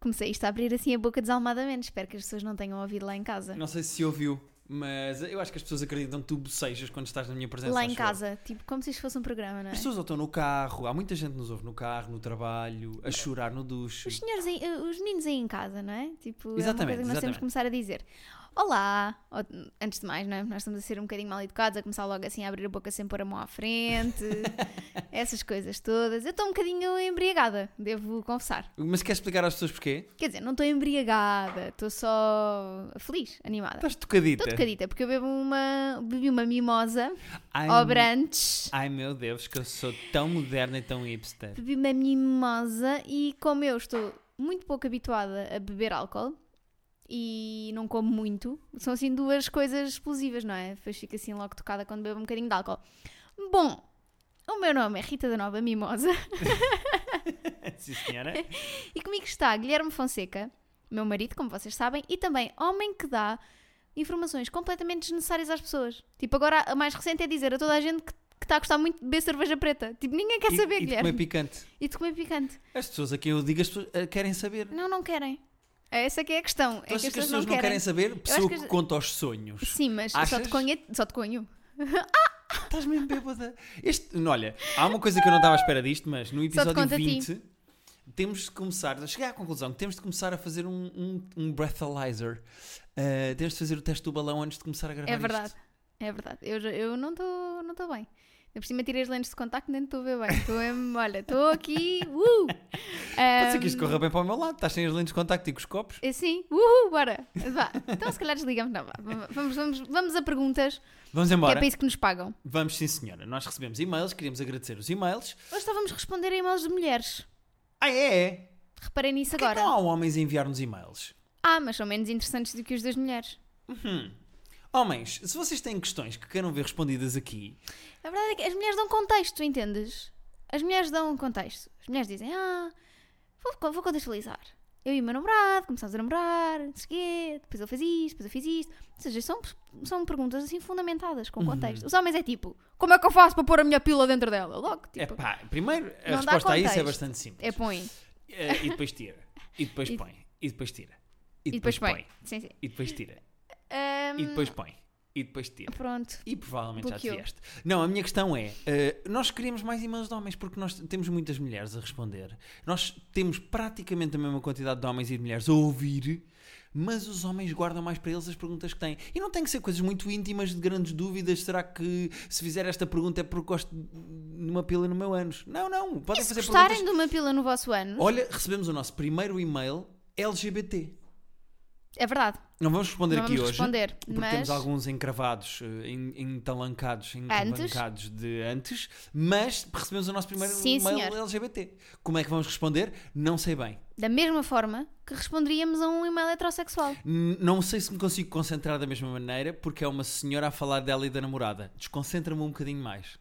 comecei isto a abrir assim a boca desalmadamente. Espero que as pessoas não tenham ouvido lá em casa. Não sei se ouviu, mas eu acho que as pessoas acreditam que tu bocejas quando estás na minha presença. lá em acho eu. casa, tipo, como se isto fosse um programa, não é? As pessoas ou estão no carro, há muita gente que nos ouve no carro, no trabalho, a chorar no duche. Os senhores, aí- eh, os meninos aí em casa, não é? Tipo, é uma coisa que nós Exatamente, temos exatamente. que começar a dizer. Olá! Ou, antes de mais, não é? Nós estamos a ser um bocadinho mal educados, a começar logo assim a abrir a boca sem pôr a mão à frente, essas coisas todas. Eu estou um bocadinho embriagada, devo confessar. Mas queres explicar às pessoas porquê? Quer dizer, não estou embriagada, estou só feliz, animada. Estás tocadita. Estou tocadita, porque eu bebo uma, bebi uma mimosa Ai, ao brantes. Ai meu Deus, que eu sou tão moderna e tão hipster. Bebi uma mimosa e como eu estou muito pouco habituada a beber álcool e não como muito, são assim duas coisas explosivas, não é? Depois fico assim logo tocada quando bebo um bocadinho de álcool. Bom, o meu nome é Rita da Nova Mimosa Sim, senhora. e comigo está Guilherme Fonseca, meu marido, como vocês sabem, e também homem que dá informações completamente desnecessárias às pessoas. Tipo, agora a mais recente é dizer a toda a gente que que está a gostar muito de beber cerveja preta. Tipo, ninguém quer E- saber, e de Guilherme. comer picante. E de comer picante. As pessoas a quem eu digo, as pessoas eh, querem saber. Não, não querem. Essa que é a questão. Tu é que achas as pessoas não querem. saber? Pessoa que que, as- conta os sonhos. Sim, mas só Achas? te conheço. Só te conho. Estás mesmo bêbada. Este, não, olha, há uma coisa que eu não estava à espera disto, mas no te episódio conto a ti. 20 temos de começar, chegar à conclusão que temos de começar a fazer um, um, um breathalyzer. Ah, temos de fazer o teste do balão antes de começar a gravar É verdade. isto. É verdade. Eu, já- eu não estou não tô bem. Eu por cima tirei as lentes de contacto, nem estou a ver bem. Estou mesmo, olha, estou aqui. Uh! Pode ser que isto Ahm, corra bem para o meu lado. Estás sem as lentes de contacto e com os copos. é Sim, uhul, bora. Vá. Então se calhar desligamos. Não, vá. Vamos, vamos, vamos a perguntas, Vamos que é embora. para isso que nos pagam. Vamos sim, senhora. Nós recebemos e-mails, queríamos agradecer os e-mails. Hoje só vamos responder a e-mails de mulheres. Ah, é? é. Reparei nisso Porquê que agora. não há homens a enviar-nos e-mails? Ah, mas são menos interessantes do que os das mulheres. Homens, se vocês têm questões que queiram ver respondidas aqui, A verdade é que as mulheres dão contexto, entendes? As mulheres dão um contexto. As mulheres dizem, ah, vou, vou contextualizar. Eu e o meu namorado começámos a namorar, não sei o quê, depois ele fez isto, depois eu fiz isto. Ou seja, são, são perguntas assim fundamentadas, Uhum. com contexto. Os homens é tipo, como é que eu faço para pôr a minha pílula dentro dela? Logo, é tipo, pá, primeiro a Não dá resposta a isso é contexto. bastante simples. é põe. Eh, e depois tira. E depois E- põe. E depois tira. E depois põe. Sim, sim. E depois tira. Ahm, E depois põe. E depois tira. Pronto. E provavelmente já te Bloqueou. vieste. Não, a minha questão é: eh, nós queríamos mais e-mails de homens porque nós temos muitas mulheres a responder. Nós temos praticamente a mesma quantidade de homens e de mulheres a ouvir, mas os homens guardam mais para eles as perguntas que têm. E não tem que ser coisas muito íntimas, de grandes dúvidas. Será que se fizer esta pergunta é porque gosto de uma pila no meu ânus? Não, não. Podem E se fazer gostarem perguntas. de uma pílula no vosso ano, Olha, recebemos o nosso primeiro e-mail LGBT. é verdade. Não vamos responder Não aqui vamos hoje. responder. Porque temos Mas alguns encravados, eh, en- entalancados, encravados de antes, mas recebemos o nosso primeiro Sim, mail senhor. LGBT. Como é que vamos responder? Não sei bem. da mesma forma que responderíamos a um e-mail heterossexual. N- Não sei se me consigo concentrar da mesma maneira, porque é uma senhora a falar dela e da namorada. Desconcentra-me um bocadinho mais.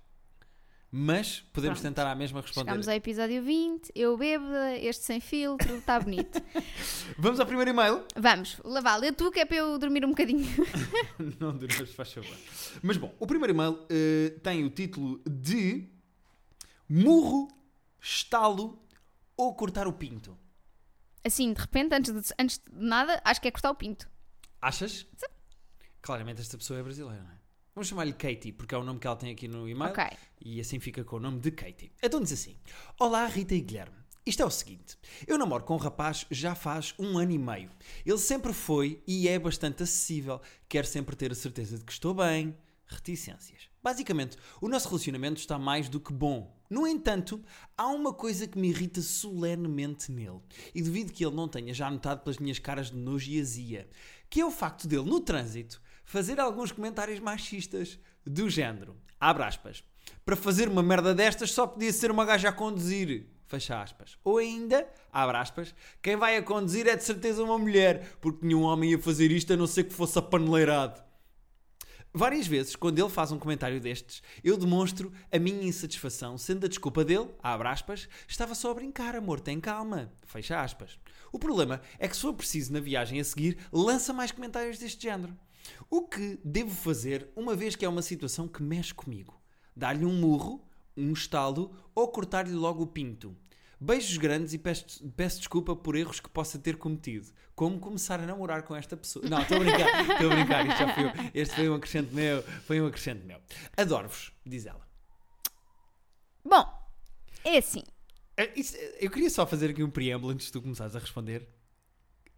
Mas podemos Pronto. tentar à mesma responder. Chegámos ao episódio 20, eu bebo, este sem filtro, está bonito. Vamos ao primeiro e-mail? Vamos, lavar, lê tu que é para eu dormir um bocadinho. não durmas, faz favor. Mas bom, o primeiro e-mail eh, tem o título de Murro, Estalo ou Cortar o Pinto. Assim, de repente, antes de, antes de nada, acho que é cortar o pinto. Achas? Claramente esta pessoa é brasileira, não é? Vamos chamar-lhe Katie, porque é o nome que ela tem aqui no e-mail. Ok. E assim fica com o nome de Katie. Então diz assim: Olá, Rita e Guilherme. Isto é o seguinte: eu namoro com um rapaz já faz um ano e meio. Ele sempre foi e é bastante acessível. Quero sempre ter a certeza de que estou bem. Reticências. Basicamente, o nosso relacionamento está mais do que bom. No entanto, há uma coisa que me irrita solenemente nele, e duvido que ele não tenha já notado pelas minhas caras de nojo e azia, que é o facto dele, no trânsito, fazer alguns comentários machistas do género. Abre aspas. Para fazer uma merda destas só podia ser uma gaja a conduzir. Fecha aspas. Ou ainda, abre aspas, quem vai a conduzir é de certeza uma mulher, porque nenhum homem ia fazer isto a não ser que fosse apaneleirado. Várias vezes, quando ele faz um comentário destes, eu demonstro a minha insatisfação, sendo a desculpa dele, abre aspas, estava só a brincar, amor, tem calma, fecha aspas. O problema é que se for preciso na viagem a seguir, lança mais comentários deste género. O que devo fazer, uma vez que é uma situação que mexe comigo? Dar-lhe um murro, um estalo ou cortar-lhe logo o pinto? Beijos grandes e peço, peço desculpa por erros que possa ter cometido. Como começar a namorar com esta pessoa? Não, estou a brincar, estou a brincar. Isto já foi, um- este foi um acrescente meu, foi um acrescente meu. Adoro-vos, diz ela. Bom, é assim. Eh, isso, eh, Eu queria só fazer aqui um preâmbulo antes de tu começares a responder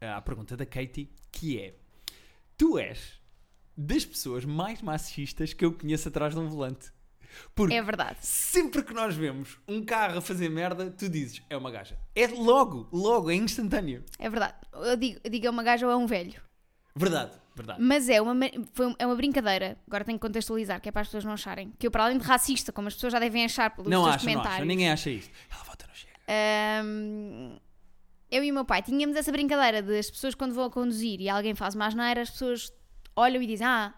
eh, à pergunta da Katie, que é: Tu és das pessoas mais machistas que eu conheço atrás de um volante. Porque É verdade. sempre que nós vemos um carro a fazer merda, tu dizes: É uma gaja. É logo, logo, é instantâneo. É verdade. Eu digo, eu digo é uma gaja ou é um velho. Verdade, verdade. Mas é uma, ma- foi um- é uma brincadeira. Agora tenho que contextualizar, que é para as pessoas não acharem. Que eu, para além de racista, como as pessoas já devem achar pelos não teus acho, não comentários. acho. Ninguém acha isto. Ela volta, não chega. Ahm, eu e o meu pai tínhamos essa brincadeira de as pessoas quando vão a conduzir e alguém faz mais neira, as pessoas olham e dizem: Ah,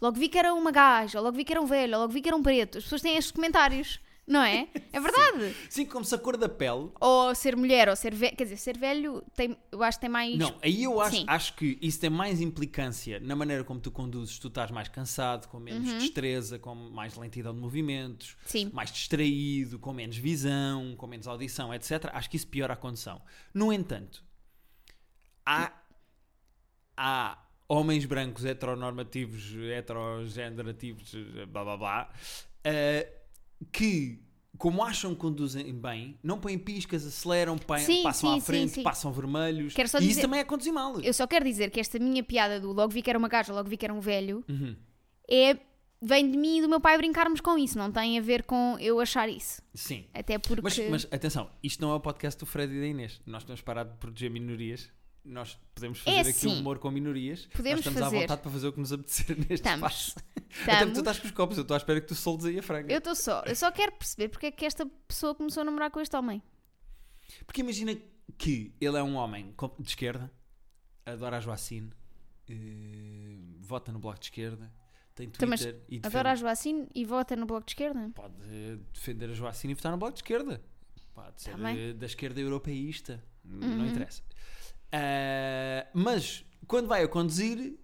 logo vi que era uma gaja, ou logo vi que era um velho, ou logo vi que era um preto. As pessoas têm estes comentários, não é? É verdade. Sim, como se a cor da pele ou ser mulher, ou ser velho, quer dizer, ser velho, tem, eu acho que tem mais. Não, aí eu acho, Sim. acho que isso tem mais implicância na maneira como tu conduzes. Tu estás mais cansado, com menos destreza, com mais lentidão de movimentos, Uhum. Sim. mais distraído, com menos visão, com menos audição, etc. Acho que isso piora a condição. No entanto, há, Hum. há homens brancos heteronormativos, heterogenerativos, blá blá blá, eh, que. Como acham que conduzem bem, não põem piscas, aceleram, põem- Sim, passam sim, à sim, frente, sim. passam vermelhos. Quero só e isso dizer- também é conduzir mal. Eu só quero dizer que esta minha piada do logo vi que era uma gaja, logo vi que era um velho, Uhum. é, vem de mim e do meu pai brincarmos com isso, não tem a ver com eu achar isso. Sim. Até porque. Mas, mas atenção, isto não é o podcast do Fred e da Inês. Nós temos parado de proteger minorias. Nós podemos fazer É aqui um sim. humor com minorias. Podemos Nós estamos à fazer. vontade para fazer o que nos apetecer neste Estamos. espaço. Até porque Estamos. Então, tu estás com os copos, eu estou à espera que tu soldes aí a franga. Eu estou só. Eu só quero perceber porque é que esta pessoa começou a namorar com este homem. Porque imagina que ele é um homem com- de esquerda, adora a Joacine, eh, vota no Bloco de Esquerda, tem Então, mas Twitter e defende, Adora a Joacine e vota no Bloco de Esquerda. pode eh, defender a Joacine e votar no Bloco de Esquerda. Pode ser Tá bem. Uhum. eh, da esquerda europeísta, n- não interessa. Ah, mas quando vai a conduzir,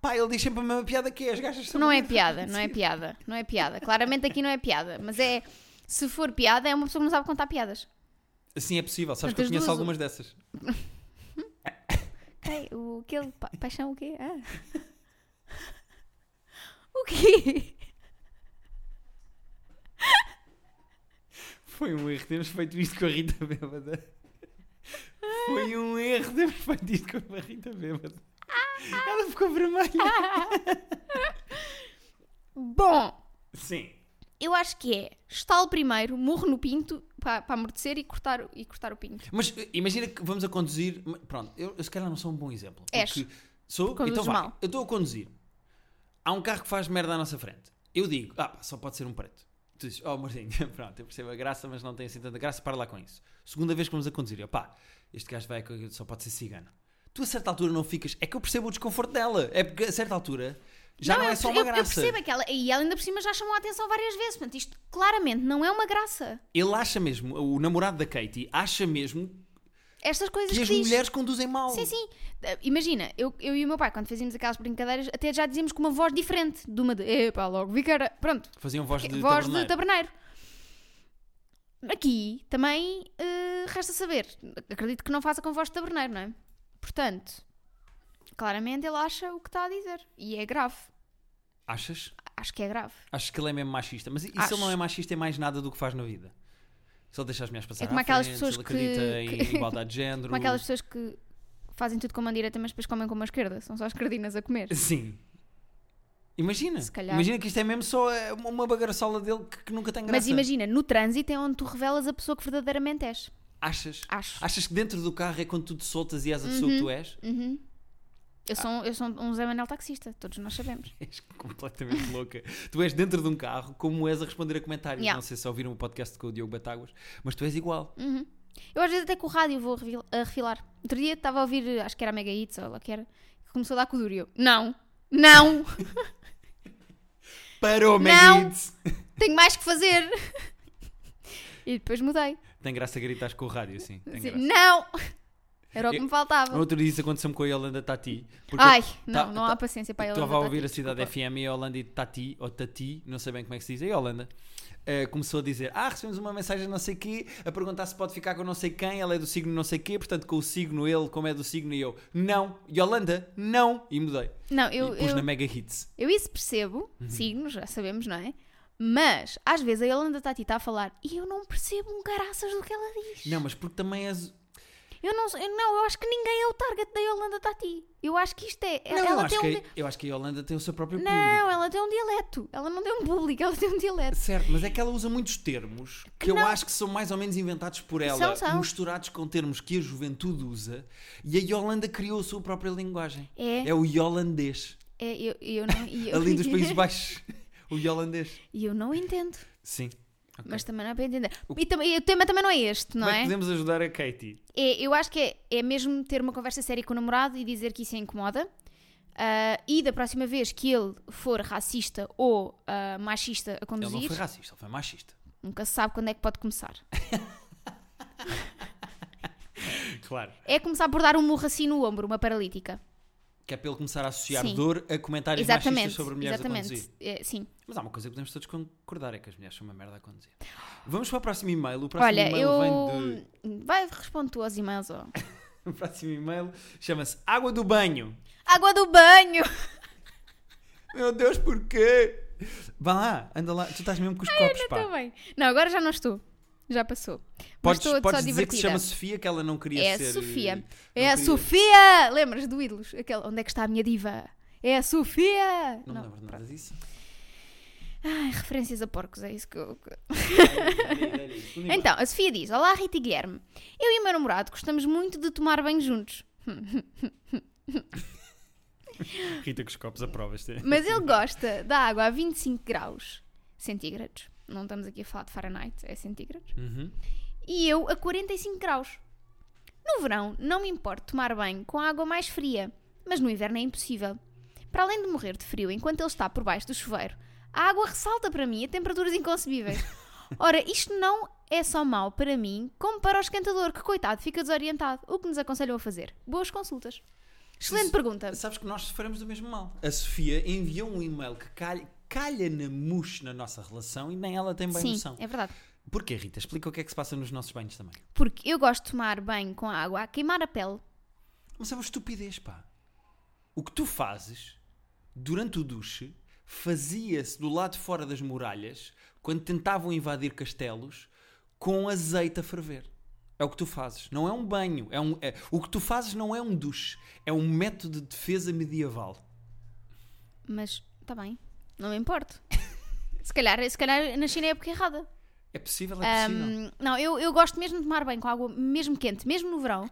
pá, ele diz sempre a mesma piada que é, as gajas são Não é muito piada, não é parecidas. piada. Não é piada. Claramente aqui não é piada. Mas é. Se for piada, é uma pessoa que não sabe contar piadas. Sim, é possível, sabes Portanto, que eu as conheço duas- algumas dessas. Ai, o aquele. pa- paixão o quê? Ah. O quê? Foi um erro termos feito isto com a Rita Bêbada. Foi um erro termos feito isto com a Rita Bêbada. Ela ficou vermelha. Ah! Bom, Sim. eu acho que é. Estalo primeiro, morro no pinto para amortecer e cortar, o- e cortar o pinto. Mas eh, imagina que vamos a conduzir. ma- Pronto, eu, eu se calhar não sou um bom exemplo. És. Porque Sou? Conduzes então vá, mal. Eu estou a conduzir. Há um carro que faz merda à nossa frente. Eu digo, ah, pá, só pode ser um preto. Tu dizes, oh, Martinho, pronto, eu percebo a graça, mas não tem assim tanta graça, para lá com isso. Segunda vez que vamos a conduzir, eu, pá, este gajo vai, co- só pode ser cigano. Tu a certa altura não ficas. É que eu percebo o desconforto dela. É porque a certa altura já não, eu é só perce- uma eu, Eu graça. percebo aquela. E ela ainda por cima já chamou a atenção várias vezes. Portanto, isto claramente não é uma graça. Ele acha mesmo, o namorado da Katie, acha mesmo Estas coisas que que, as diz. mulheres conduzem mal. Sim, sim. Eh, Imagina, eu, eu e o meu pai, quando fazíamos aquelas brincadeiras, até já dizíamos com uma voz diferente. De uma de. Epá, logo vi que era. Pronto. Faziam voz que- de voz de taberneiro. taberneiro. Aqui também eh, resta saber. Acredito que não faça com voz de taberneiro, não é? Portanto, claramente ele acha o que está a dizer. E é grave. Achas? Acho que é grave. Acho que ele é mesmo machista. Mas e se Acho. ele não é machista, é mais nada do que faz na vida. Se ele deixa as mulheres passar É como à aquelas frente, pessoas se ele que- acredita em que- igualdade de género. Como aquelas pessoas que fazem tudo com a mão direita, mas depois comem com a mão esquerda. São só as esquerdinas a comer. Sim. Imagina. Se calhar. Imagina que isto é mesmo só eh, uma- uma bagaçola dele que, que nunca tem graça. Mas imagina, no trânsito é onde tu revelas a pessoa que verdadeiramente és. Achas? Acho. Achas que dentro do carro é quando tu te soltas e és a pessoa Uhum. que tu és? Eu sou, ah. um- eu sou um Zé Manel taxista, todos nós sabemos. És completamente louca. Tu és dentro de um carro como és a responder a comentários. Yeah. Hum. Não sei se ouviram o podcast com o Diogo Batáguas, mas tu és igual. Eu às vezes até com o rádio vou a revil- a refilar. Outro dia estava a ouvir, acho que era a Mega Hits ou lá que era, que começou a dar com o duro e eu, não, não, Parou, Não. Megids! tenho mais que fazer. E depois mudei. Tem graça gritares com o rádio, sim. Tem Assim, graça. não! Era o que Eu- me faltava. No outro dia isso aconteceu-me com a Yolanda Tati. porque tá, Ai, eu- é não, ta- não ta- há paciência para ela. Estava a ouvir a Cidade FM e a Holanda e Tati, ou Tati, não sei bem como é que se diz, a Holanda, eh, começou a dizer: Ah, recebemos uma mensagem não sei quê, a perguntar se pode ficar com não sei quem, ela é do signo não sei quê, portanto com o signo ele, como é do signo e eu, não, Yolanda, não, e mudei. Não, eu, e pus eu, na Mega Hits. eu isso percebo, Uhum. signos, já sabemos, não é? Mas, às vezes a Yolanda Tati está a falar e eu não percebo um caraças do que ela diz. Não, mas porque também és. Eu não, sei- não, eu acho que ninguém é o target da Yolanda Tati. Eu acho que isto é. Não, eu, ela tem acho um que, di- eu acho que a Yolanda tem o seu próprio público. Não, ela tem um dialeto. Ela não tem um público, ela tem um dialeto. Certo, mas é que ela usa muitos termos que, eu não- acho que são mais ou menos inventados por ela, São, são. misturados com termos que a juventude usa, e a Yolanda criou a sua própria linguagem. É, É o iolandês, é eu, eu não. e Eu, ali dos Países Baixos. O iolandês. E eu não entendo. Sim. Ok. Mas também não é para entender. E, tam- e o tema também não é este, não Como é é? que podemos ajudar a Katie? É, eu acho que é, é mesmo ter uma conversa séria com o namorado e dizer que isso a incomoda. Ah, e da próxima vez que ele for racista ou ah, machista a Ele não conduzir, foi racista, ele foi machista. nunca se sabe quando é que pode começar. Claro. É começar por dar um murro assim no ombro, uma paralítica. Que é para ele começar a associar Sim. dor a comentários exatamente. machistas sobre mulheres a conduzir. exatamente. É, sim. Mas há uma coisa que podemos todos concordar: é que as mulheres são uma merda a conduzir. Vamos para o próximo e-mail. O próximo Olha, e-mail vem de. eu. Vai, respondo tu aos e-mails. ó. O próximo e-mail chama-se Água do Banho. Água do banho! Meu Deus, porquê? Vá lá, anda lá. Tu estás mesmo com os copos, pá. Também. Tá Não, agora já não estou. Já passou. Mas Podes, estou só podes dizer divertida. que se chama Sofia, que ela não queria É a ser. eh, Sofia. não É a queria- Sofia! Lembras do Ídolos? Aquela, onde é que está a minha diva? É a Sofia! Não me Não. lembro de nada disso. Ai, referências a porcos, é isso que eu. que- Então, Então, a Sofia diz: Olá, Rita e Guilherme. Eu e o meu namorado gostamos muito de tomar banho juntos, Rita com os copos aprova este. Então. mas ele gosta da água a 25 graus centígrados. Não estamos aqui a falar de Fahrenheit, é centígrados. Uhum. E eu a 45 graus. No verão, não me importo tomar banho com água mais fria, mas no inverno é impossível. Para além de morrer de frio enquanto ele está por baixo do chuveiro, a água ressalta para mim a temperaturas inconcebíveis. Ora, isto não é só mau para mim, como para o esquentador, que coitado fica desorientado. O que nos aconselham a fazer? Boas consultas. Excelente Sim, pergunta. Sabes que nós sofremos do mesmo mal. A Sofia enviou um e-mail que calha, calha na mousse na nossa relação e nem ela tem bem Sim, noção. é verdade. Porquê, Rita? Explica o que é que se passa nos nossos banhos também. Porque eu gosto de tomar banho com água a queimar a pele. Mas é uma estupidez, pá. O que tu fazes durante o duche fazia-se do lado de fora das muralhas quando tentavam invadir castelos com azeite a ferver. É o que tu fazes. Não é um banho. É um, é- o que tu fazes não é um duche. É um método de defesa medieval. Mas está bem, não me importo. se, calhar, se calhar na China é a época errada. É possível, é possível. Hum, não, eu, eu gosto mesmo de tomar banho com água, mesmo quente, mesmo no verão.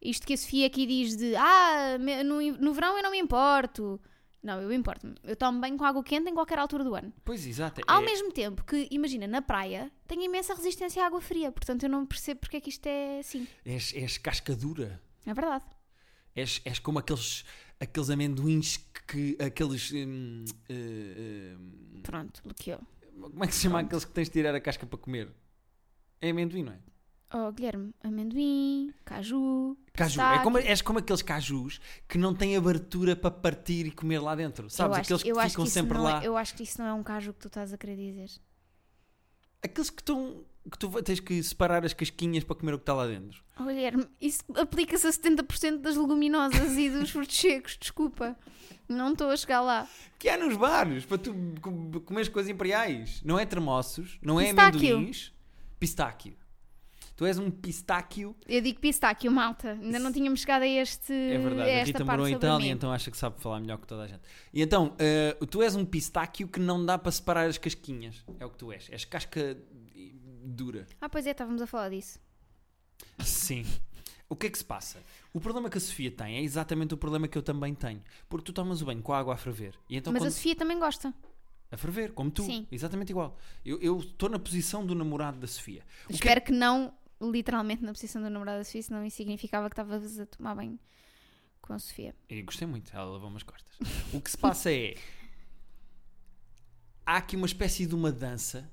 Isto que a Sofia aqui diz de ah, me- no, in- no verão eu não me importo. Não, eu importo-me. Eu tomo banho com água quente em qualquer altura do ano. Pois, exato. Ao é- mesmo tempo que, imagina, na praia tenho imensa resistência à água fria, portanto eu não percebo porque é que isto é assim. És, és cascadura. É verdade. És, és como aqueles, aqueles amendoins que. aqueles. hum, eh, hum, Pronto, bloqueou. como é que se chama aqueles que tens de tirar a casca para comer? É amendoim, não é? Oh, Guilherme, amendoim, caju. Caju. pistache. É como, és como aqueles cajus que não têm abertura para partir e comer lá dentro. Sabes? Eu acho- aqueles que eu acho ficam isso sempre não é- lá. eu acho que isso não é um caju que tu estás a querer dizer. Aqueles que estão. que tu vai- tens que separar as casquinhas para comer o que está lá dentro. Oh, Guilherme, isso aplica-se a 70% das leguminosas e dos frutos secos, desculpa. Não estou a chegar lá. Que há nos bares para tu com- comeres coisas imperiais. Não é termossos, não é Pistáquio. amendoins. Pistáquio. Tu és um pistáquio. Eu digo pistáquio, malta. Ainda não tínhamos chegado a este. É verdade, a a esta Rita parte morou em sobre Itália, mim. então acha que sabe falar melhor que toda a gente. E então, eh, tu és um pistáquio que não dá para separar as casquinhas. É o que tu és. És casca eh, dura. Ah, pois é, estávamos a falar disso. Sim. O que é que se passa? O problema que a Sofia tem é exatamente o problema que eu também tenho. Porque tu tomas o banho com a água a ferver. E então Mas quando- a Sofia também gosta. A ferver, como tu. Sim. Exatamente igual. Eu- Eu estou na posição do namorado da Sofia. O que é- Espero que não, literalmente, na posição do namorado da Sofia, senão isso significava que estavas a tomar banho com a Sofia. Eu gostei muito, ela lavou umas costas. O que se passa é. Há aqui uma espécie de uma dança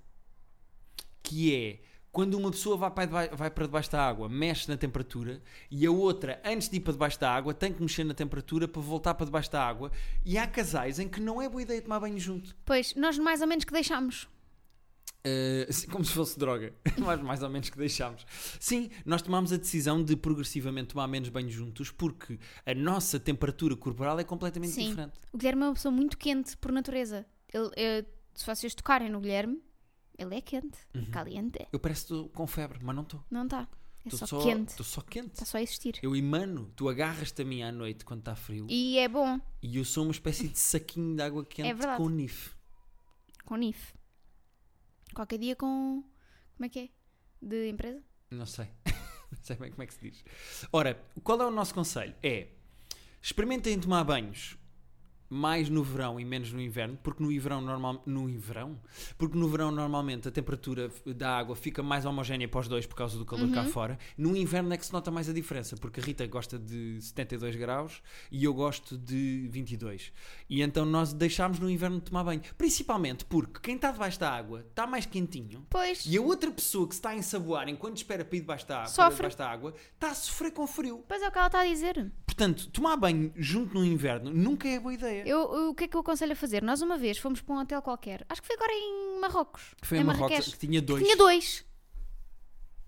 que é Quando uma pessoa vai para, deba- vai para debaixo da água, mexe na temperatura e a outra, antes de ir para debaixo da água, tem que mexer na temperatura para voltar para debaixo da água. E há casais em que não é boa ideia tomar banho junto. Pois, nós mais ou menos que deixámos. Uh, sim, como se fosse droga, mais, mais ou menos que deixámos. Sim, nós tomámos a decisão de progressivamente tomar menos banho juntos porque a nossa temperatura corporal é completamente Sim. diferente. O Guilherme é uma pessoa muito quente por natureza. Ele, eh, se vocês tocarem no Guilherme, ele é quente, Uhum. caliente. é. Eu parece que estou com febre, mas não estou. Não está. É Estou só, quente. Estou só quente. Está só a existir. Eu emano, tu agarras-te a mim à noite quando está frio e... E é bom, eu sou uma espécie de saquinho de água quente É verdade. com nife. com NIF. Qualquer dia com. Como é que é? De empresa? Não sei. Não sei bem como é que se diz. Ora, qual é o nosso conselho? É experimentem tomar banhos mais no verão e menos no inverno, porque no verão normal no inverno, porque no verão normalmente a temperatura da água fica mais homogénea para os dois por causa do calor cá fora. No inverno é que se nota mais a diferença, porque a Rita gosta de 72 graus e eu gosto de 22. E então nós deixámos no inverno de tomar banho, principalmente porque quem está debaixo da água está mais quentinho. Pois. E a outra pessoa que se está a ensaboar enquanto espera para ir debaixo da água, Sofre. para debaixo da água está a sofrer com frio. Pois é o que ela está a dizer. Portanto, tomar banho junto no inverno nunca é boa ideia. Eu, eu- o que é que eu aconselho a fazer? Nós uma vez fomos para um hotel qualquer. Acho que foi agora em Marrocos. Foi em Marrocos que tinha dois. Tinha dois.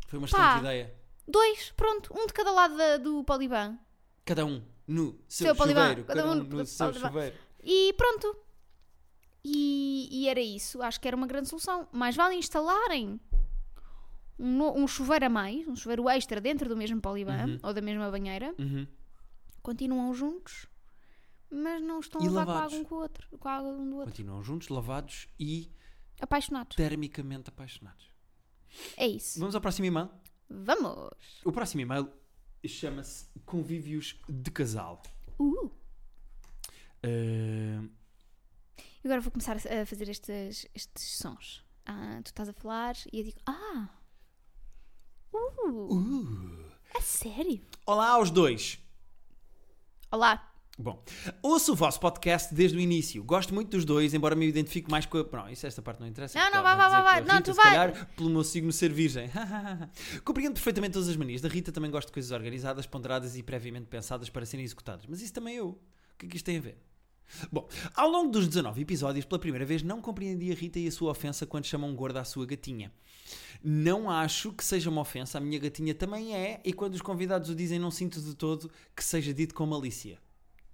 Foi uma Pá. excelente ideia. Dois, pronto. Um de cada lado da- do Poliban. Cada um no seu, Seu poliban. chuveiro. Cada, um, no seu poliban. chuveiro. E pronto. E, e era isso. Acho que era uma grande solução. Mais vale instalarem um, no- um chuveiro a mais, um chuveiro extra dentro do mesmo poliban ou da mesma banheira. Uhum. Continuam juntos, mas não estão E a levar lavados. com a água um com o outro, com a água um do outro. Continuam juntos, lavados e Apaixonados. termicamente apaixonados. É isso. Vamos ao próximo e-mail. Vamos! O próximo e-mail chama-se Convívios de Casal. Uh! Ah, E agora vou começar a a fazer estes, estes sons. Ah, tu estás a falar e eu digo: Ah! Uh! A sério? Olá aos dois. Olá! Bom, ouço o vosso podcast desde o início. Gosto muito dos dois, embora me identifique mais com a. Não, isso esta parte não interessa. Não, porque não, ela vai, vai, dizer que vai, a não, Rita, tu se vai. calhar, pelo meu signo ser virgem. Compreendo perfeitamente todas as manias da Rita, também gosto de coisas organizadas, ponderadas e previamente pensadas para serem executadas. Mas isso também eu. O que é que isto tem a ver? Bom, ao longo dos 19 episódios, pela primeira vez, não compreendi a Rita e a sua ofensa quando chamam gorda à sua gatinha. Não acho que seja uma ofensa, a minha gatinha também é, e quando os convidados o dizem, não sinto de todo que seja dito com malícia.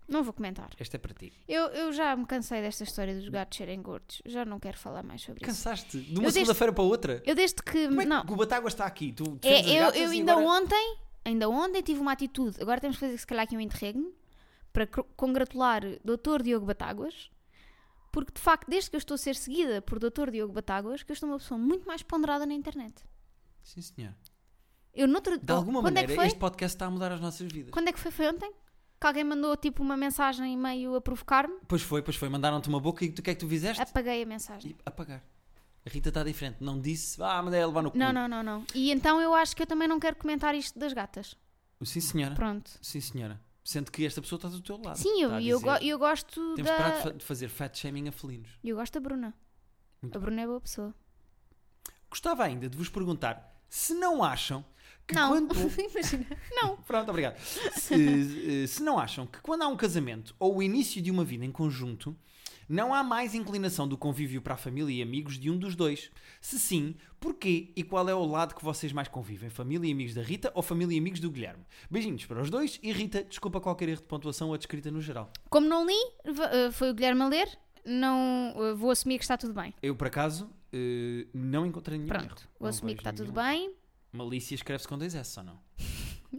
Não vou comentar. Esta é para ti. Eu, eu já me cansei desta história dos gatos serem gordos. Já não quero falar mais sobre isso. Cansaste? De uma Eu desde- segunda-feira para outra? Eu desde que. Como é que não. o Batágua está aqui? Tu É, defendes as eu, gatas eu e ainda agora- ontem, ainda ontem tive uma atitude. Agora temos que fazer se calhar aqui um interregno para cro- congratular Dr. Diogo Batáguas, porque de facto, desde que eu estou a ser seguida por Dr. Diogo Batáguas, que eu estou uma pessoa muito mais ponderada na internet. Sim, senhor. Eu noutro De alguma quando maneira, é que foi? este podcast está a mudar as nossas vidas. Quando é que foi? Foi ontem? Que alguém mandou tipo uma mensagem meio a provocar-me, Pois foi, pois foi. Mandaram-te uma boca e tu, o que é que tu fizeste? apaguei a mensagem. E apagar. A Rita está diferente. Não disse, ah, mandei a levar no cu. Não, não, não, não. E então eu acho que eu também não quero comentar isto das gatas. Sim, senhora. Pronto. Sim, senhora. Sendo que esta pessoa está do teu lado. Sim, eu, Está Ah, tá a eu, dizer, go- eu gosto Temos da. parado de fa- de fazer fat shaming a felinos. Eu gosto da Bruna. Muito a Bruna é boa pessoa. Gostava ainda de vos perguntar se não acham que não, quando... imagina. Não. Pronto, obrigado. Se, eh, se não acham que quando há um casamento ou o início de uma vida em conjunto, não há mais inclinação do convívio para a família e amigos de um dos dois? Se sim, porquê e qual é o lado que vocês mais convivem? Família e amigos da Rita ou família e amigos do Guilherme? Beijinhos para os dois e Rita, desculpa qualquer erro de pontuação ou de escrita no geral. Como não li, va- eh, foi o Guilherme a ler, não eh, vou assumir que está tudo bem. Eu, por acaso, eh, não encontrei nenhum erro. Pronto, vou Não assumir que vejo está tudo nenhum. bem. Malícia escreve-se com dois S ou não?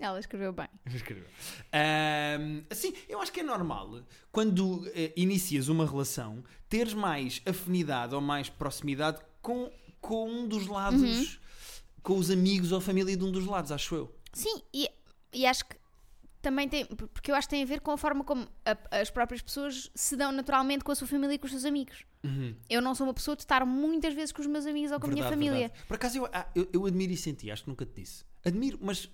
Ela escreveu bem. Escreveu. Ahm, assim, eu acho que é normal quando eh, inicias uma relação teres mais afinidade ou mais proximidade com, com um dos lados, com os amigos ou a família de um dos lados, acho eu. Sim, e, e acho que também tem. Porque eu acho que tem a ver com a forma como a- as próprias pessoas se dão naturalmente com a sua família e com os seus amigos. Eu não sou uma pessoa de estar muitas vezes com os meus amigos ou com a minha família. Uhum. verdade. Por acaso eu, ah, eu, eu admiro isso em ti, acho que nunca te disse. Admiro, mas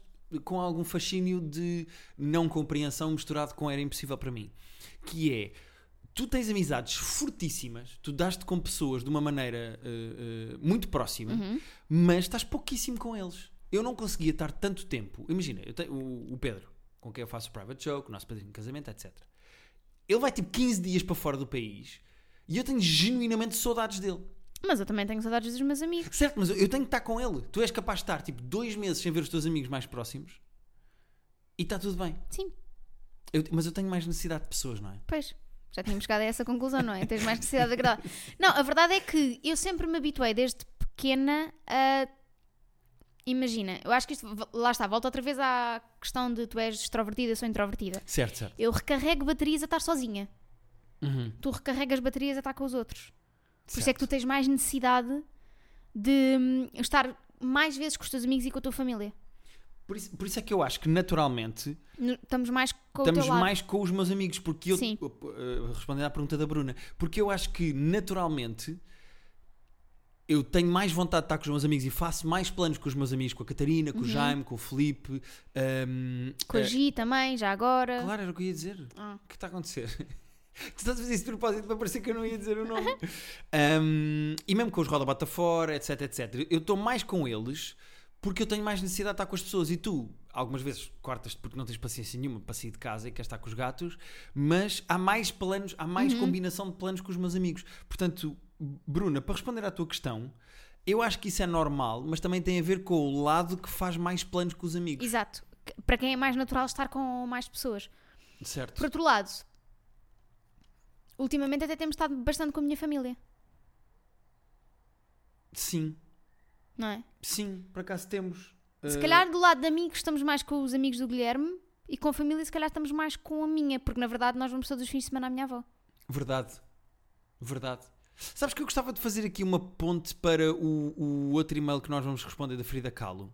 com algum fascínio de não compreensão misturado com era impossível para mim. Que é tu tens amizades fortíssimas, tu dás-te com pessoas de uma maneira eh, eh, muito próxima, Uhum. mas estás pouquíssimo com eles. Eu não conseguia estar tanto tempo. Imagina, eu tenho, o, o Pedro, com quem eu faço o private joke, o nosso padrinho de casamento, etc. Ele vai tipo 15 dias para fora do país e eu tenho genuinamente saudades dele. Mas eu também tenho saudades dos meus amigos. Certo, mas eu- eu tenho que estar com ele. Tu és capaz de estar tipo dois meses sem ver os teus amigos mais próximos e está tudo bem. Sim, Eu- mas eu tenho mais necessidade de pessoas, não é? pois. Já tínhamos chegado a essa conclusão, não é? Tens mais necessidade de agradar. Não, a verdade é que eu sempre me habituei desde pequena a. Imagina, eu acho que isto. Lá está, volta outra vez à questão de tu és extrovertida, eu sou introvertida. Certo, certo. Eu recarrego baterias a estar sozinha. Uhum. Tu recarregas baterias a estar com os outros. Por isso é que tu Certo. tens mais necessidade de hum, estar mais vezes com os teus amigos e com a tua família. Por isso, por isso é que eu acho que naturalmente No- Estamos mais com o estamos teu lado. mais com os meus amigos, porque eu Sim. uh, uh, respondendo à pergunta da Bruna, porque eu acho que naturalmente eu tenho mais vontade de estar com os meus amigos e faço mais planos com os meus amigos, com a Catarina, com o Jaime, com o Felipe, um, Uhum. Com a eh, Gi também, já agora. Claro, era o que eu ia dizer. Ah. O que está a acontecer? Tu estás a fazer isso de propósito para parecer que eu não ia dizer o nome. Ahm, e mesmo com os roda bota fora, etc, etc. Eu estou mais com eles porque eu tenho mais necessidade de estar com as pessoas. E tu, algumas vezes, cortas-te porque não tens paciência nenhuma para sair de casa e queres estar com os gatos, mas há mais planos, há Uhum. mais combinação de planos com os meus amigos. Portanto, Bruna, para responder à tua questão, eu acho que isso é normal, mas também tem a ver com o lado que faz mais planos com os amigos. Exato. Que- Para quem é mais natural estar com mais pessoas. Certo? Por outro lado, ultimamente até temos estado bastante com a minha família, Sim. não é? Sim, por acaso temos. Se Eh, calhar do lado de amigos estamos mais com os amigos do Guilherme e com a família se calhar estamos mais com a minha, porque na verdade nós vamos todos os fins de semana à minha avó. Verdade. Verdade. Sabes que eu gostava de fazer aqui uma ponte para o, o outro e-mail que nós vamos responder da Frida Kahlo.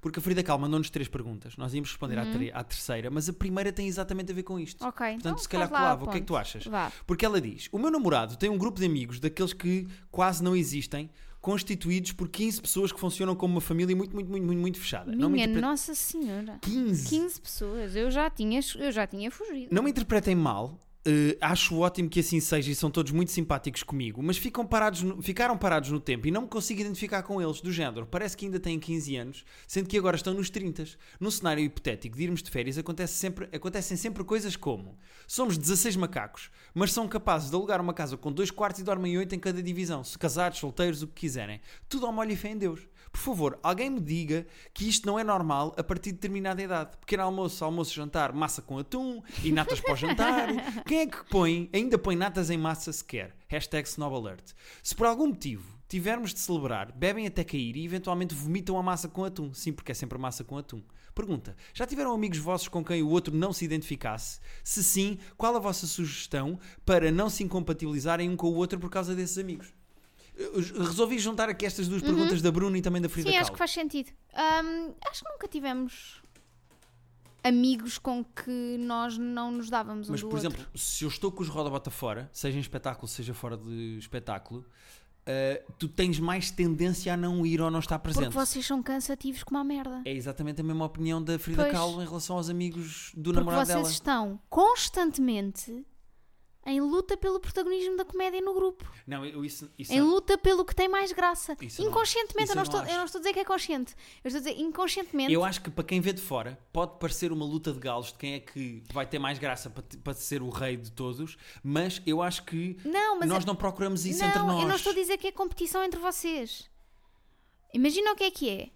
Porque a Frida Kahlo mandou-nos três perguntas. Nós íamos responder à, tre- à terceira, mas a primeira tem exatamente a ver com isto. Uhum. Ok, Portanto, então se calhar faz lá a colava. O que é que tu ponte. achas? Vá. Porque ela diz: O meu namorado tem um grupo de amigos daqueles que quase não existem, constituídos por 15 pessoas que funcionam como uma família muito, muito, muito, muito, muito fechada. não me Minha interprete- Nossa Senhora. 15. 15 pessoas, eu já tinha, eu já tinha fugido. Não me interpretem mal. eh, acho ótimo que assim seja e são todos muito simpáticos comigo, mas ficam parados no- ficaram parados no tempo e não me consigo identificar com eles, do género. Parece que ainda têm 15 anos, sendo que agora estão nos 30. Num cenário hipotético de irmos de férias, acontece sempre, acontecem sempre coisas como: somos 16 macacos, mas são capazes de alugar uma casa com dois quartos e dormem oito em cada divisão, se casados, solteiros, o que quiserem. Tudo ao molho e fé em Deus. Por favor, alguém me diga que isto não é normal a partir de determinada idade. Pequeno almoço, almoço, jantar, massa com atum e natas para o jantar. Quem é que põe, ainda põe natas em massa sequer? Hashtag SnobAlert. Se por algum motivo tivermos de celebrar, bebem até cair e eventualmente vomitam a massa com atum. Sim, porque é sempre massa com atum. Pergunta: já tiveram amigos vossos com quem o outro não se identificasse? Se sim, qual a vossa sugestão para não se incompatibilizarem um com o outro por causa desses amigos? Eu Resolvi juntar aqui estas duas perguntas da Bruna e também da Frida Uhum. Sim, acho Kahlo. que faz sentido. Hum, acho que nunca tivemos amigos com que nós não nos dávamos um Mas, do por exemplo, outro. se eu estou com os roda-bota fora, seja em espetáculo, seja fora de espetáculo, eh, tu tens mais tendência a não ir ou não estar Porque presente. vocês são cansativos como a merda. É exatamente a mesma opinião da Frida Pois. Kahlo em relação aos amigos do Porque namorado vocês dela. estão constantemente em luta pelo protagonismo da comédia no grupo. Não, eu- isso, isso é- Em um luta pelo que tem mais graça. Isso eu não- inconscientemente, isso eu, não eu estou, não eu acho. não estou a dizer que é consciente. Eu estou a dizer inconscientemente. Eu acho que para quem vê de fora pode parecer uma luta de galos de quem é que vai ter mais graça para, te- para ser o rei de todos, mas eu acho que Não, mas é- nós não procuramos isso não, entre nós. eu não estou a dizer que é competição entre vocês. Imagina o que é que é.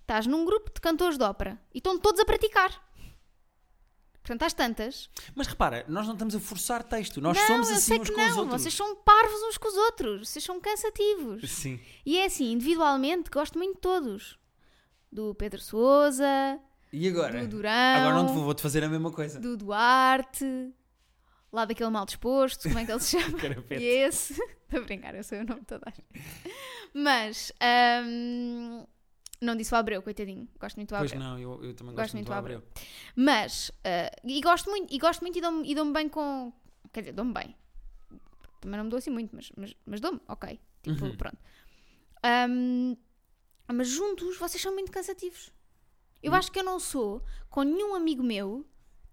Estás num grupo de cantores de ópera e estão todos a praticar. Portanto, às tantas. Mas repara, nós não estamos a forçar texto, nós não, somos eu assim sei uns que com os não. outros. Vocês são parvos uns com os outros. Vocês são cansativos. Sim. E é assim, individualmente, gosto muito de todos. Do Pedro Souza, E agora? do Durão, Agora não te vou, vou-te fazer a mesma coisa. do Duarte, lá daquele mal disposto, como é que ele se chama? Carapete. E esse. Estou a brincar, eu sei o nome de toda a gente. Mas. ahm, não disse o Abreu, coitadinho. Gosto muito do Pois Abreu. não, eu, eu também Gosto gosto, muito do Abreu. Mas. ah, e gosto muito e, gosto muito e dou-me e dou-me bem com. Quer dizer, dou-me bem. Também não me dou assim muito, mas, mas, mas dou-me, ok. Tipo, Uhum. pronto. Ahm, mas juntos vocês são muito Uhum. cansativos. Eu acho que eu não sou, com nenhum amigo meu,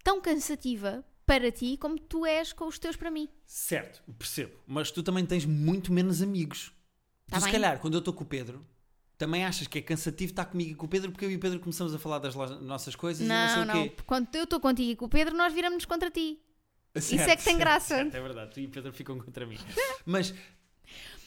tão cansativa para ti como tu és com os teus para mim. Certo, percebo. Mas tu também tens muito menos amigos. Tá tu, se bem. calhar, quando eu estou com o Pedro, também achas que é cansativo estar comigo e com o Pedro, porque eu e o Pedro começamos a falar das lo- nossas coisas Não, e não sei não. o quê. porque Quando eu estou contigo e com o Pedro, nós viramos-nos contra ti. Isso é Certo, que tem graça. certo, é verdade, tu e o Pedro ficam contra mim. Mas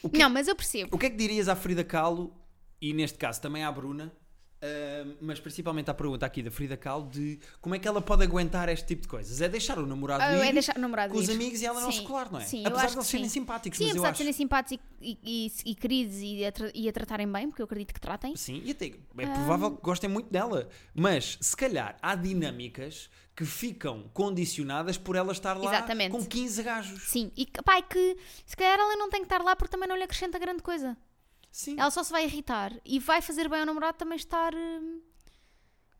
O que- Não, mas eu percebo. o que é que dirias à Frida Kahlo e, neste caso, também à Bruna? ah, mas principalmente à pergunta aqui da Frida Kahlo de como é que ela pode aguentar este tipo de coisas? É deixar o namorado Ah, ir é deixar o namorado com os ir. amigos e ela não Sim, se colar, não é? sim, eu apesar acho de eles que serem sim. simpáticos, Sim, mas eu apesar acho... de serem simpáticos e, e, e queridos e a, tra- e a tratarem bem, porque eu acredito que tratem. Sim, e até é provável que gostem muito dela. Mas, se calhar, há dinâmicas que ficam condicionadas por ela estar lá Exatamente. com 15 gajos. Sim, e que- pá, é que se calhar ela não tem que estar lá porque também não lhe acrescenta grande coisa. Sim. Ela só se vai irritar e vai fazer bem ao namorado também estar hum,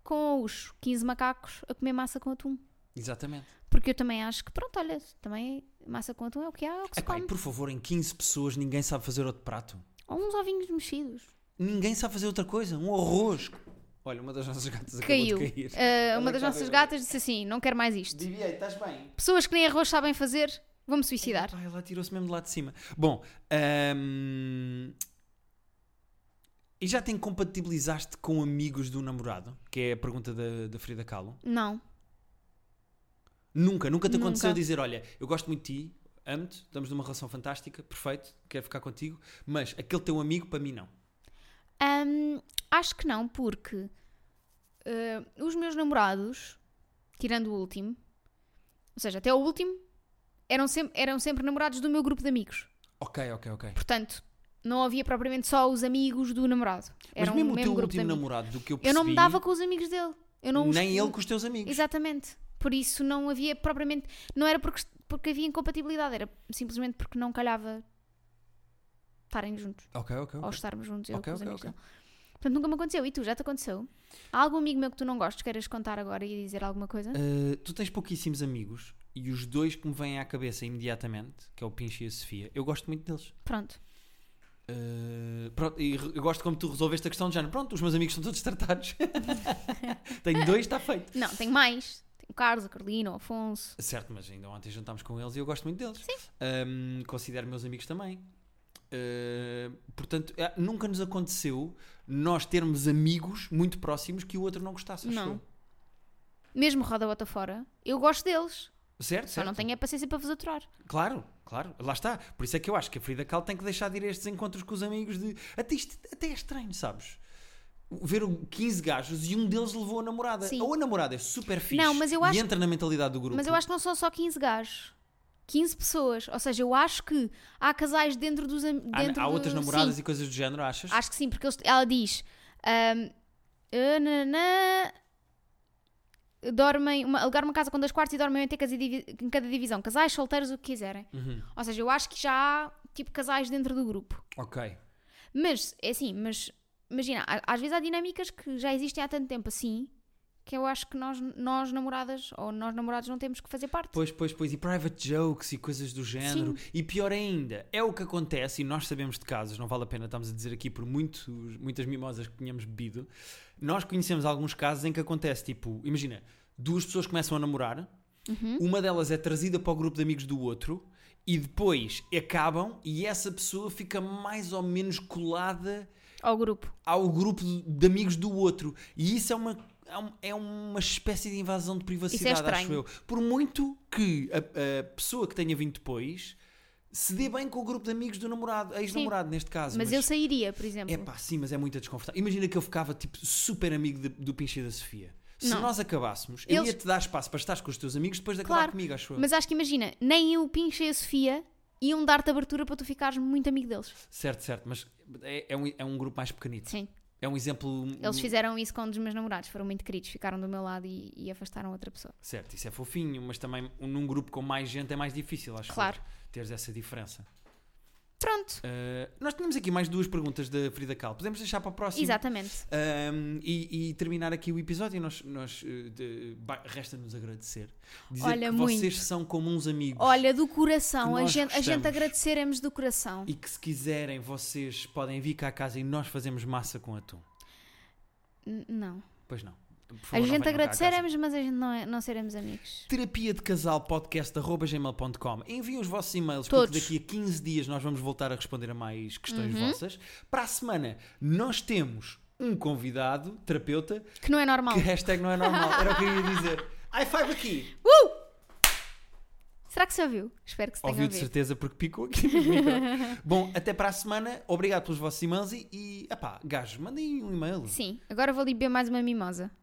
com os 15 macacos a comer massa com atum. Exatamente. Porque eu também acho que, pronto, olha, também massa com atum é o que há, é o que se Epá, e come. por favor, em 15 pessoas ninguém sabe fazer outro prato. Ou uns ovinhos mexidos. Ninguém sabe fazer outra coisa. Um arroz. Olha, uma das nossas gatas Caiu. acabou de cair. Ah, Ela uma das já nossas veio. gatas disse assim: não quero mais isto. Diviei, estás bem? Pessoas que nem arroz sabem fazer, vou-me suicidar. Pá, ela tirou-se mesmo de lá de cima. Bom, ahm, e já te incompatibilizaste com amigos do namorado? Que é a pergunta da, da Frida Kahlo. Não. Nunca, nunca te aconteceu Nunca. dizer: Olha, eu gosto muito de ti, amo-te, estamos numa relação fantástica, perfeito, quero ficar contigo, mas aquele teu amigo, para mim, não. Ahm, acho que não, porque ah, os meus namorados, tirando o último, ou seja, até o último, eram sempre, eram sempre namorados do meu grupo de amigos. Ok, ok, ok. Portanto, não havia propriamente só os amigos do namorado. Era mas mesmo um o teu mesmo grupo de último amigos. namorado, do que eu Eu percebi, não me dava com os amigos dele. Eu não os- nem ele com os teus amigos. Exatamente. Por isso não havia propriamente. Não era porque, porque havia incompatibilidade, era simplesmente porque não calhava estarem juntos. Ok, ok. Ou ok. estarmos juntos, eu Ok, com os ok, amigos ok. dele. Portanto, nunca me aconteceu. E tu, já te aconteceu? Há algum amigo meu que tu não gostes, queiras contar agora e dizer alguma coisa? Ah, tu tens pouquíssimos amigos e os dois que me vêm à cabeça imediatamente, que é o Pincho e a Sofia, eu gosto muito deles. Pronto. Ah, pronto, e re- eu gosto como tu resolveste a questão de género. Pronto, os meus amigos são todos tratados. Tenho dois, está feito. Não, tenho mais. Tenho o Carlos, a Carolina, o Afonso. Certo, mas ainda ontem jantámos com eles e eu gosto muito deles. Sim. considero meus amigos também. Ah, portanto, é, nunca nos aconteceu nós termos amigos muito próximos que o outro não gostasse. acho Não. eu. Mesmo Roda Bota Fora, eu gosto deles. Certo, Só certo. não tenho a paciência para vos aturar. Claro, claro, lá está. Por isso é que eu acho que a Frida Kahlo tem que deixar de ir a estes encontros com os amigos de. Até, isto, até é estranho, sabes? Ver o- 15 gajos e um deles levou a namorada. Sim. Ou a namorada é super fixe Não, mas eu e acho- entra na mentalidade do grupo. Mas eu acho que não são só 15 gajos. 15 pessoas. Ou seja, eu acho que há casais dentro dos. am- Há, Dentro há outras do... namoradas Sim, e coisas do género, achas? Acho que sim, porque eles- ela diz. ahm, ah, na, na, dormem. Uma, alugar uma casa com dois quartos e dormem oito em casa divi- em cada divisão. Casais, solteiros, o que quiserem. Uhum. Ou seja, eu acho que já há tipo casais dentro do grupo. Ok. Mas, é assim, mas imagina, a- às vezes há dinâmicas que já existem há tanto tempo assim que eu acho que nós, nós namoradas ou nós namorados não temos que fazer parte. Pois, pois, pois. E private jokes e coisas do género. E pior ainda, é o que acontece, e nós sabemos de casos, não vale a pena estarmos a dizer aqui por muitos, muitas mimosas que tínhamos bebido. Nós conhecemos alguns casos em que acontece, tipo, imagina, duas pessoas começam a namorar, uma delas é trazida para o grupo de amigos do outro. E depois acabam e essa pessoa fica mais ou menos colada Ao grupo. ao grupo de- de amigos do outro. E isso é uma, é um- é uma espécie de invasão de privacidade, acho é estranho. eu. Por muito que a, a pessoa que tenha vindo depois se dê bem com o grupo de amigos do namorado, ex-namorado neste caso. Mas, eu sairia, por exemplo. É pá, sim, mas é muito desconfortável. Imagina que eu ficava tipo super amigo de- do Pinche e da Sofia. Se Não. nós acabássemos, eu Eles- ia te dar espaço para estares com os teus amigos depois de acabar Claro, comigo, acho eu. Mas acho que imagina, nem eu, o Pinche e a Sofia iam dar-te abertura para tu ficares muito amigo deles. Certo, certo, mas é, é um, é um grupo mais pequenito. Sim. É um exemplo. Eles fizeram isso com um dos meus namorados, foram muito queridos, ficaram do meu lado e, e afastaram outra pessoa. Certo, isso é fofinho, mas também num grupo com mais gente é mais difícil, acho Claro. eu, teres essa diferença. Pronto. Ah, nós tínhamos aqui mais duas perguntas da Frida Kahlo. Podemos deixar para a próxima? Exatamente. Ahm, e, e terminar aqui o episódio, nós, nós, eh, de- ba- resta-nos agradecer. Dizer Olha, que muito. vocês são como uns amigos. Olha, do Que coração, a nós gente, a gente gostamos. agradeceremos do coração. E que se quiserem, vocês podem vir cá a casa e nós fazemos massa com atum. N- Não. Pois não. Por favor, A não venham gente cá à casa. agradeceremos, mas a gente não, é- não seremos amigos. Terapia de casal podcast arroba gmail.com. Enviem os vossos e-mails porque Todos. daqui a 15 dias nós vamos voltar a responder a mais questões vossas. Para a semana, nós temos um convidado, terapeuta, Que não é normal. que hashtag não é normal. Era o que eu ia dizer. High five aqui! Uh! Será que se ouviu? Espero que se tenha Ouviu de ouvido. certeza porque picou aqui no micro. Bom, até para a semana. Obrigado pelos vossos e-mails e, e epá, gajos, mandem um e-mail. Sim, agora vou ali beber mais uma mimosa.